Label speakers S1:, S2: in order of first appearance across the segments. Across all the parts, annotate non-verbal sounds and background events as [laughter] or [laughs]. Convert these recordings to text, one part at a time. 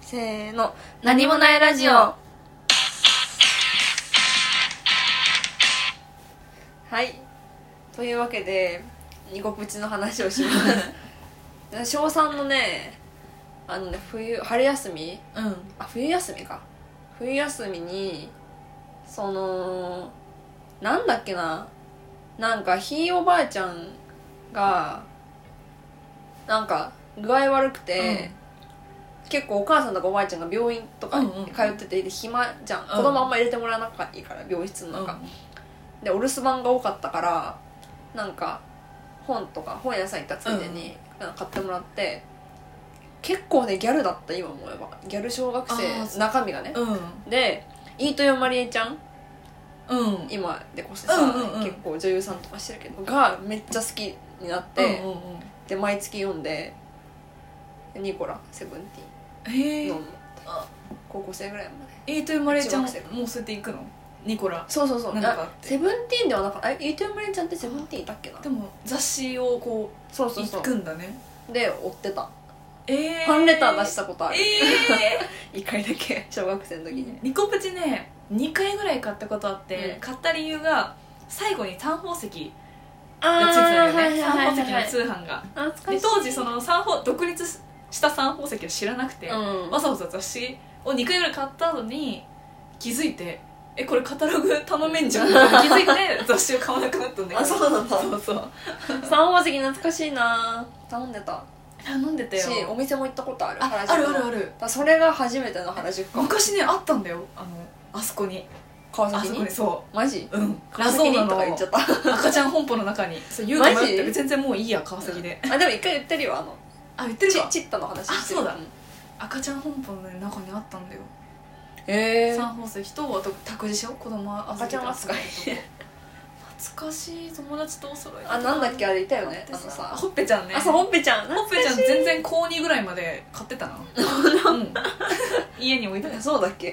S1: せーの何もないラジオはいというわけでニコプチの話をします小3のねあのね冬春休み
S2: うん
S1: あ冬休みか冬休みにそのなんだっけななんかひいおばあちゃんがなんか具合悪くて、結構お母さんとかおばあちゃんが病院とか
S2: うん
S1: に
S2: うんうん
S1: 通ってて、で暇じゃん、
S2: ん
S1: 子供あんま入れてもらわなくていいから病室の中、でお留守番が多かったからなんか本とか本屋さん行ったついでに、なんか買ってもらって結構ねギャルだった今思えばギャル小学
S2: あー
S1: 生
S2: そ
S1: 中身がね、
S2: うん
S1: で飯豊まりえちゃん
S2: うんうん
S1: 今でこそさ、
S2: うんうんうん
S1: 結構女優さんとかしてるけどがめっちゃ好きになって、
S2: うんうんうん
S1: で毎月読んで「ニコラセブンティー
S2: へえ
S1: ン」の
S2: あ
S1: 高校生ぐらいまで
S2: えーとマレーちゃんも
S1: 中学生
S2: うそうやって行くのニコラ
S1: そうそうそう
S2: なんかあ
S1: あ
S2: って
S1: セブンティーンではなかった飯豊まりえちゃんってセブンティーンいたっけな
S2: でも雑誌をこ
S1: そう
S2: う
S1: そうそ
S2: 行
S1: う
S2: くんだね
S1: で追ってた
S2: ええ
S1: ファンレター出したことある、 [laughs]
S2: え
S1: 一回だけ [laughs] 小学生の時
S2: え
S1: に
S2: ニコプチね2回ぐらい買ったことあって、
S1: うん
S2: 買った理由が最後に三宝石がついて
S1: あ
S2: たよ
S1: はい
S2: ね
S1: は
S2: 三
S1: いはい
S2: 宝石
S1: は
S2: の
S1: い
S2: 通販が
S1: 懐かし
S2: で
S1: い
S2: 当時その三宝独立した三宝石を知らなくて、
S1: うん
S2: わざわざ雑誌を2回ぐらい買ったのに気づいてえこれカタログ頼め
S1: [laughs]
S2: んじゃんって気づいて雑誌を買わなくなったんだけど
S1: あそうなんだ
S2: そうそう
S1: 三宝石懐かしいな頼んでた
S2: 頼んでたよ
S1: しお店も行ったことある
S2: ああるあるあ
S1: る
S2: る
S1: それが初めての原宿か
S2: 昔ねあったんだよあのあそこに
S1: 川
S2: あ
S1: 崎
S2: そこ
S1: に
S2: にそ
S1: マジ
S2: ううんラ
S1: 川
S2: ゾ
S1: 崎
S2: ー
S1: に
S2: ナ
S1: とか言っ
S2: の
S1: ちゃった
S2: 赤ちゃん本舗の中にそう言うか迷って
S1: マジ
S2: る全然もういいや川崎で、
S1: [laughs] あでも一回言ってるよあの
S2: あ言ってる
S1: チ
S2: か
S1: チッタの話してる
S2: あそうだ
S1: ん
S2: 赤ちゃん本舗の中にあったんだよ
S1: へえ
S2: 三宝石とあと託児所子供預けて遊ぶとこ
S1: 赤ちゃん扱い
S2: 懐かしい友達とお揃い
S1: あなんだっけあれいたよ
S2: 買っ
S1: ね
S2: て
S1: あのさ
S2: ほっぺちゃんね
S1: あそうほっぺちゃん
S2: ほっぺちゃん全然高2ぐらいまで買っ
S1: [laughs]
S2: てたな、うん、家に置いてた、
S1: 然そうだっけ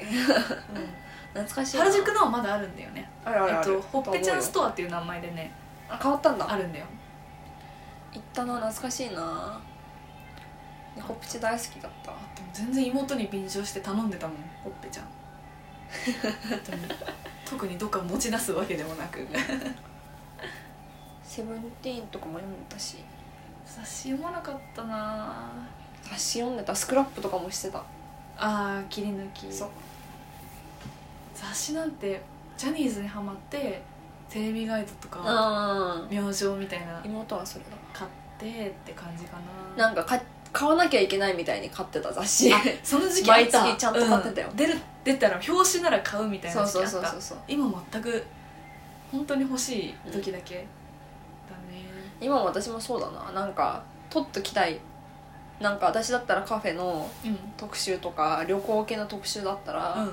S1: 懐かしいな
S2: 原宿のはまだあるんだよね
S1: あるある
S2: え
S1: あ
S2: っと
S1: る
S2: ほっぺちゃんストアっていう名前でね
S1: あ変わったんだ
S2: あるんだよ
S1: 行ったな懐かしいなニコプチ大好きだった
S2: でも全然妹に便乗して頼んでたもんほっぺ
S1: [laughs]
S2: ちゃん本当に特にどっか持ち出すわけでもな
S1: [laughs]
S2: く
S1: セブンティーンとかも読んでたし
S2: 雑誌読まなかったな
S1: 雑誌読んでたスクラップとかもしてた
S2: あー切り抜き
S1: そう
S2: 雑誌なんてジャニーズにハマってテレビガイドとか
S1: あ
S2: 明星みたいな
S1: 妹はそれだ
S2: 買ってって感じかな
S1: なんかか買わなきゃいけないみたいに買ってた雑誌
S2: あ [laughs] その時期
S1: 毎
S2: あった
S1: 月ちゃんと買ってたよ
S2: うん出る出たら表紙なら買うみたい
S1: そ
S2: な
S1: う
S2: 時期
S1: そ
S2: あ
S1: う
S2: った
S1: そうそうそう
S2: 今全く本当に欲しい時だけ、だね
S1: 今も私もそうだななんか取っときたいなんか私だったらカフェの
S2: うん
S1: 特集とか旅行系の特集だったら
S2: あ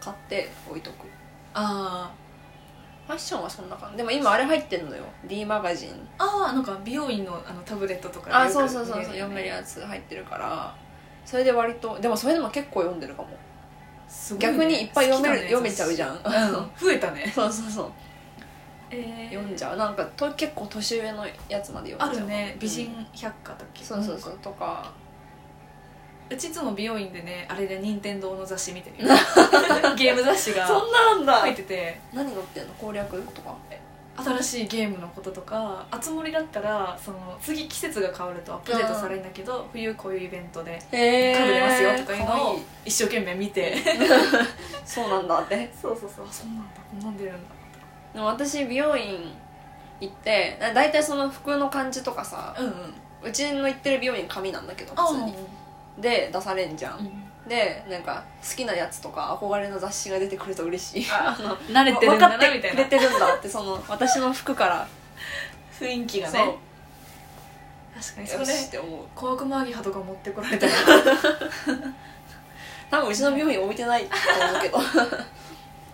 S1: 買って置いとく、
S2: あ
S1: ファッションはそんな感じでも今あれ入ってんのよ D マガジン
S2: ーあーなんか美容院のあのタブレットとか
S1: あそうそうそうそう読める
S2: や
S1: やつ入ってるからそれで割とでもそれでも結構読んでるかも、
S2: すごいね
S1: 逆にいっぱい読める、
S2: 好きだ
S1: 読
S2: ね
S1: めちゃうじゃん、 [laughs]
S2: うん増えたね
S1: そうそうそう
S2: え
S1: 読んじ
S2: ゃ
S1: ゃうなんかと結構年上のやつまで読
S2: あ
S1: んじゃう
S2: るね美
S1: うん
S2: 人百科だっけ
S1: そうそうそうとか
S2: うちいつも美容院でねあれで任天堂の雑誌見て
S1: [laughs]
S2: るよゲーム雑誌が
S1: そんなんだ
S2: 入ってて
S1: 何載ってんの攻略とか
S2: 新しいゲームのこととかあつ森だったらその次季節が変わるとアップデートされるんだけど、冬こういうイベントで
S1: へ
S2: カ
S1: え
S2: ード出ますよとかいうの
S1: い
S2: を一生懸命見て
S1: そうなんだって
S2: [laughs] そうそうそうあそうなんだこんなん出るん
S1: でも私美容院行ってだ大体その服の感じとかさ
S2: だうんうん
S1: うちの行ってる美容院紙なんだけど
S2: あ
S1: 普通にで出されんじゃん、
S2: うん
S1: でなんか好きなやつとか憧れの雑誌が出てくると嬉しい
S2: あ
S1: あの
S2: 慣れてるんだ
S1: 分
S2: な
S1: かっ
S2: み
S1: て
S2: たい
S1: く
S2: な
S1: れてるんだってその私の服から
S2: 雰囲気が
S1: そう
S2: ね確かにそ
S1: よ
S2: れ
S1: しって思う
S2: 小悪魔アギハとか持ってこられたら
S1: 多分うちの病院置いてないと思うけど [laughs]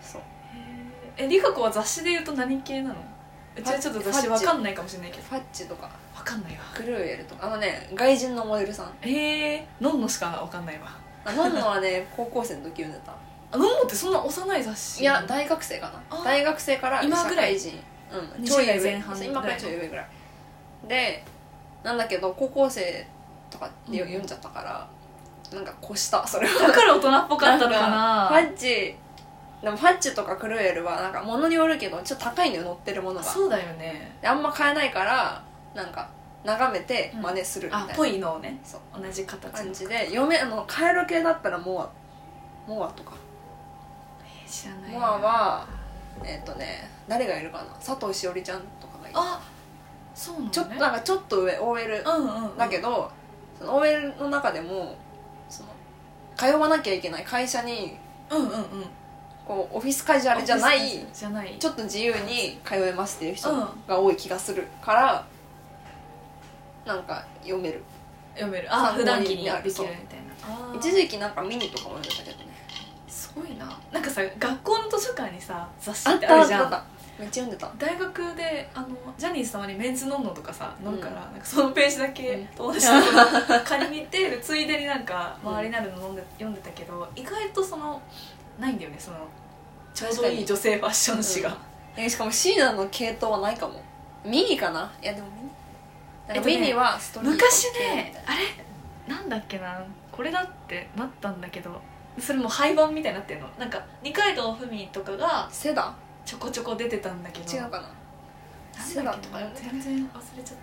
S1: そう
S2: えりかこは雑誌で言うと何系なのうちはちょっと雑誌わかんないかもしれないけど
S1: ファッチとか
S2: わかんないわ
S1: クルーエルとかあのね外人のモデルさん
S2: へえのんのしかわかんないわ
S1: あのんのはね高校生の時読んでた
S2: あのんのってそんな幼い雑誌
S1: いや大学生か
S2: あ
S1: な大学生から
S2: 今ぐらい
S1: 社会人うん
S2: 20
S1: ちょい上
S2: 代前半
S1: そう今からちょい上ぐらいでなんだけど高校生とかで読んじゃったから、なんか越したそれは
S2: だから大人っぽかったのか
S1: ん
S2: な
S1: ファッジでもファッジとかクルエルはなんか物によるけどちょっと高いのよ乗ってるものが
S2: そうだよね
S1: であんま買えないからなんか眺めて真似するみたい
S2: あ
S1: な、
S2: ぽいのをね
S1: そう
S2: 同じ形の
S1: 感じで嫁あのカエル系だったらモアモアとか
S2: え知らない
S1: モアはえっ、とね誰がいるかな佐藤しおりちゃんとかがいる
S2: あそうなのね
S1: ちょっとなんかちょっと上 OL
S2: うんうん
S1: だけど、その OL の中でもその通わなきゃいけない会社に
S2: うんうんうん
S1: こうオフィス会社あれじゃない
S2: じゃない
S1: ちょっと自由に通えますっていう人
S2: うん
S1: が多い気がするから、なんか読める
S2: 読める
S1: 参
S2: あ
S1: 考
S2: 普
S1: に
S2: 段着にできる
S1: なる
S2: みた
S1: そう
S2: いなあー
S1: 一時期なんかミニとかも読んでたけどね
S2: すごいななんかさ学校の図書館にさ雑誌
S1: あ
S2: っ
S1: ってた
S2: あ
S1: あ
S2: る
S1: っ
S2: じ
S1: た
S2: ゃ
S1: あっ
S2: ん
S1: ためっちゃ読んでた
S2: 大学であのジャニーズ様にメンズノンノとかさ
S1: うん
S2: 飲むから、なんかそのページだ
S1: うん
S2: け友達と [laughs] 借りに行ってでついでになんか周りにあるの飲んで読んでたけど意外とそのないんだよねそのちょうどいい女性ファッション誌が、
S1: うんえしかもシーナの系統はないかもミニかないやでもミニなんか
S2: えっとね
S1: ミニはストリート
S2: 昔
S1: 系み
S2: ねあれなんだっけなこれだってなったんだけどそれもう廃盤みたいになってんのなんか二階堂ふみとかが
S1: セダ
S2: ちょこちょこ出てたんだけど
S1: 違うかなセ
S2: な
S1: ダ
S2: んだっ
S1: と
S2: け
S1: か
S2: な
S1: 読んでた
S2: 全然忘れちゃったけど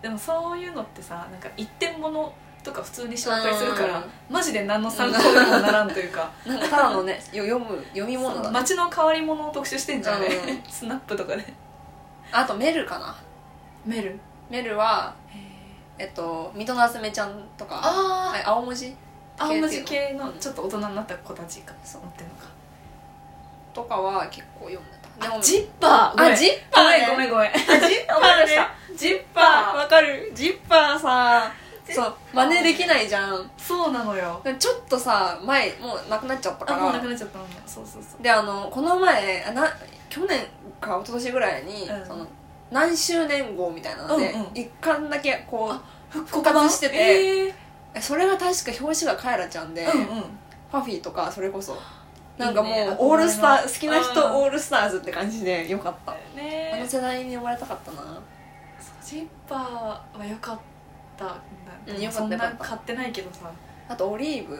S2: でもそういうのってさなんか一点物とか普通に紹介するか
S1: う
S2: ら
S1: ん
S2: マジで何の参考にもならん
S1: [laughs]
S2: というか
S1: なんかただのね [laughs] よ読む読み物
S2: そ
S1: だ、
S2: う
S1: ね、
S2: 街の変わり物を特集してんじゃんね
S1: う
S2: [laughs] スナップとかで
S1: あとメルかな
S2: メル
S1: メルはえっと水戸夏目ちゃんとか
S2: あ
S1: はい青文字
S2: あ青文字系の
S1: うん
S2: ちょっと大人になった子たちが持ってんのか
S1: とかは結構読んでたで
S2: あ
S1: も
S2: ジッパーごめん
S1: あジッパーね
S2: ごめんごめんごめん
S1: あジッパーねジッパーわかるジッパーさ
S2: ジッパー
S1: そう真似できないじゃん
S2: そうなのよ
S1: ちょっとさ前もうなくなっちゃったか
S2: あもうなく
S1: ら
S2: なっちゃったのそうそうそう
S1: であのこの前あな去年か一昨年ぐらいに、
S2: うん
S1: その何周年号みたいなので、
S2: うんうん
S1: 一巻だけこう
S2: 復
S1: 刻版してて
S2: えー
S1: えそれが確か表紙がカエラちゃんで、
S2: うんうん
S1: パフィーとかそれこそなんかもう
S2: いいね
S1: オールスター
S2: 憧れの
S1: 好きな
S2: うん
S1: 人オールスターズって感じでよかった、あ
S2: ね
S1: の世代に生まれたかったな
S2: ジッパーは良かったんだ、
S1: うん良かった
S2: そんな
S1: 良かった
S2: 買ってないけどさ
S1: あとオリーブ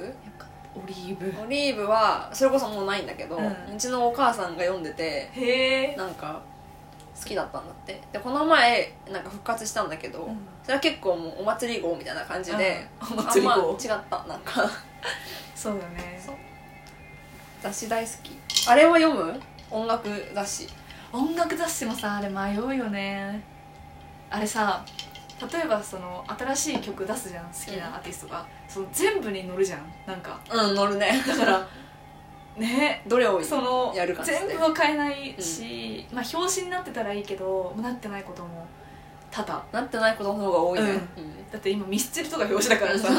S2: オリーブ
S1: オリーブはそれこそもうないんだけど、う
S2: うん
S1: ちのお母さんが読んでて
S2: へえ、
S1: なんか好きだったんだってでこの前なんか復活したんだけど、
S2: うん
S1: それは結構もうお祭り号みたいな感じで、
S2: うんお祭り号
S1: あんま違ったなんか
S2: そうだね
S1: そう雑誌大好きあれは読む音楽雑誌
S2: 音楽雑誌もさあれ迷うよねあれさ例えばその新しい曲出すじゃん好きなアーティストが、その全部に乗るじゃんなんか
S1: うん乗るね
S2: だからね
S1: どれを
S2: その
S1: やるかっつって
S2: 全部は買えないし、まあ表紙になってたらいいけどなってないこともただ
S1: なってないことの方が多いね、
S2: うん
S1: うん
S2: だって今ミスチルとか表紙だ [laughs] からさ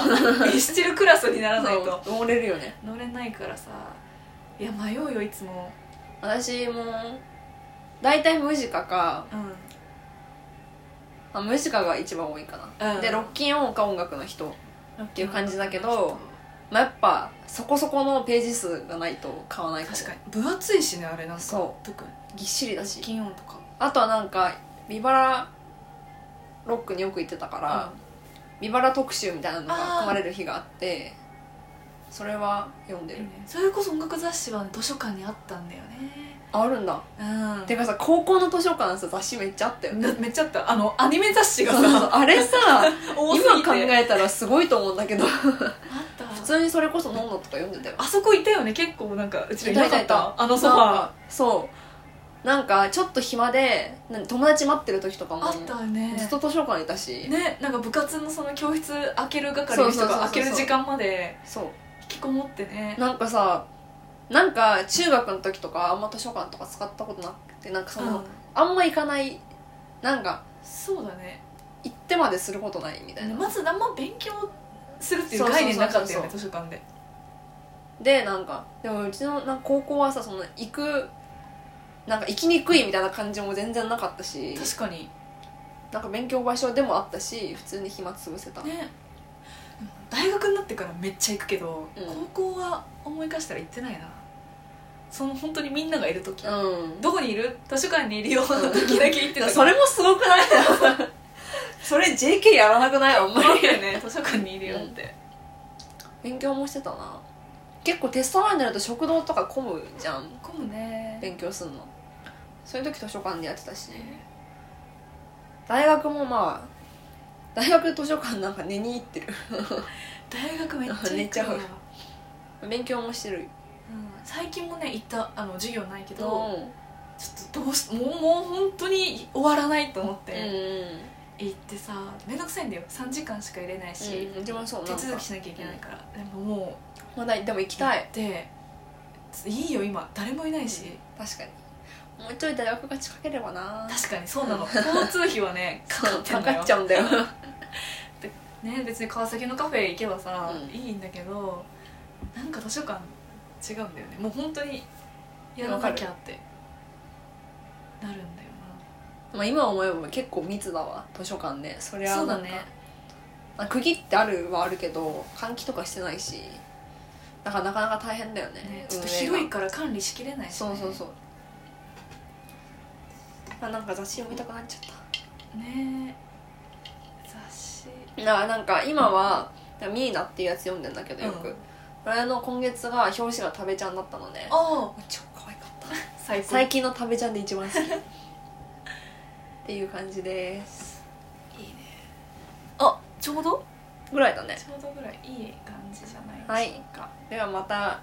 S2: ミスチルクラスにならないと
S1: そう埋もれるよね
S2: 乗れないからさいや迷うよいつも
S1: 私も大体ムジカか、
S2: うん
S1: あ、ムジカが一番多いかな、
S2: うん
S1: でロッキンオンか音楽の人、
S2: って
S1: いう感じだけどまあ、やっぱそこそこのページ数がないと買わない
S2: 確か
S1: に
S2: に分厚いしねあれなんか
S1: そ
S2: 特に
S1: ぎっしりだし
S2: 金音とか
S1: あとはなんかビバラロックによく行ってたから、ビバラ特集みたいなのが組まれる日があってそれは読んで
S2: うん
S1: る、
S2: いいねそれこそ音楽雑誌はね図書館にあったんだよね
S1: あるんだ
S2: うん
S1: てかさ高校の図書館さ雑誌めっちゃあったよね
S2: なめっちゃあったあのアニメ雑誌が
S1: そうそう
S2: [laughs]
S1: そう
S2: さ
S1: あれさ
S2: 多すぎて
S1: 今考えたらすごいと思うんだけど普
S2: あった普
S1: 通にそれこそノンノとか読んでたよ
S2: あそこいたよね結構なんかうちらいなか
S1: いたい
S2: ったたあのソフ
S1: なん
S2: ァー
S1: かそうなんかちょっと暇でなん友達待ってる時とかも
S2: あったよね
S1: ずっと図書館にいたし、
S2: ねなんか部活のその教室開ける係の人が開ける時間まで
S1: そ
S2: 引きこもってね
S1: うなんかさなんか中学の時とかあんま図書館とか使ったことなくてなんかその、
S2: うん
S1: あんま行かないなんか
S2: そうだね
S1: 行ってまですることないみたいな、
S2: まずあんま勉強するっていう概念なかったよね
S1: そ
S2: 図書館で
S1: でなんかでもうちのなんか高校はさその行くなんか行きにくいみたいな感じも全然なかったし
S2: 確かに
S1: なんか勉強場所でもあったし普通に暇つぶせた、
S2: ね大学になってからめっちゃ行くけど、
S1: うん
S2: 高校は思い返したら行ってないなその本当にみんながいる時、
S1: うん
S2: どこにいる図書館にいるよの時だけ行って
S1: [laughs]
S2: た
S1: それもすごくないそれ JK やらなくないあんま
S2: [laughs] あ
S1: り
S2: [laughs] ったよね図書館にいるよって、
S1: 勉強もしてたな結構テスト前になると食堂とか混むじゃん
S2: 混むね
S1: 勉強すんのそういう時図書館でやってたし大学もまあ大学図書館なんか寝に行ってる
S2: 大学めっちゃ行く
S1: 寝ちゃう
S2: う
S1: [laughs]
S2: ん、
S1: 勉強もしてる
S2: 最近もね行ったあの授業ないけ
S1: けど
S2: ど、ちょっとどうしもうもう本当に終わらないと思っ
S1: うん
S2: て、行ってさめんどくさいんだよ3時間しか入れないし、
S1: うんうちもそう
S2: 手
S1: なん
S2: 続
S1: か
S2: きしなきゃいけないから、でももう
S1: まだでも行きたい
S2: でいいよ今誰もいないし、
S1: 確かにもうちょい大学が近ければな
S2: 確かにそ
S1: [laughs]
S2: うなの交通費はねかか
S1: そ
S2: っ
S1: う
S2: て
S1: か
S2: んだよ
S1: かっちゃうんだよ
S2: ね別に川崎のカフェ行けばさ、
S1: うん
S2: いいんだけどなんか図書館違うんだよねもう本当にやら
S1: わか
S2: な
S1: る
S2: きゃってなるんだよ
S1: [laughs] まあ今思えば結構密だわ図書館でそり
S2: な
S1: ゃ
S2: そう
S1: な
S2: だ
S1: んか、
S2: ね
S1: まあ区切ってあるはあるけど換気とかしてないしだからなかなか大変だよね
S2: ねちょっと
S1: 運営が
S2: 広いから管理しきれないし、ね、
S1: そうそうそうあなんか雑誌読みたくなっちゃっ
S2: ね雑誌
S1: ただからなんか今は「ミーナ」っていうやつ読んでんだけどよく、
S2: うん
S1: これの今月が表紙が食べちゃんだったのね
S2: ああ
S1: 超可愛かった
S2: 最高
S1: 最近の食べちゃんで一番好きっていう感じです
S2: いいねあちょうど
S1: ぐらいだね
S2: ちょうどぐらいいい感じじゃない
S1: はい
S2: でしょうか、
S1: ではまた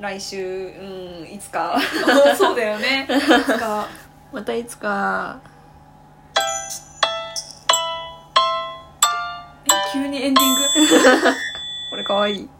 S1: 来週うんいつか
S2: あそうだよねなんか
S1: [laughs] またいつか
S2: え急にエンディング
S1: これかわいい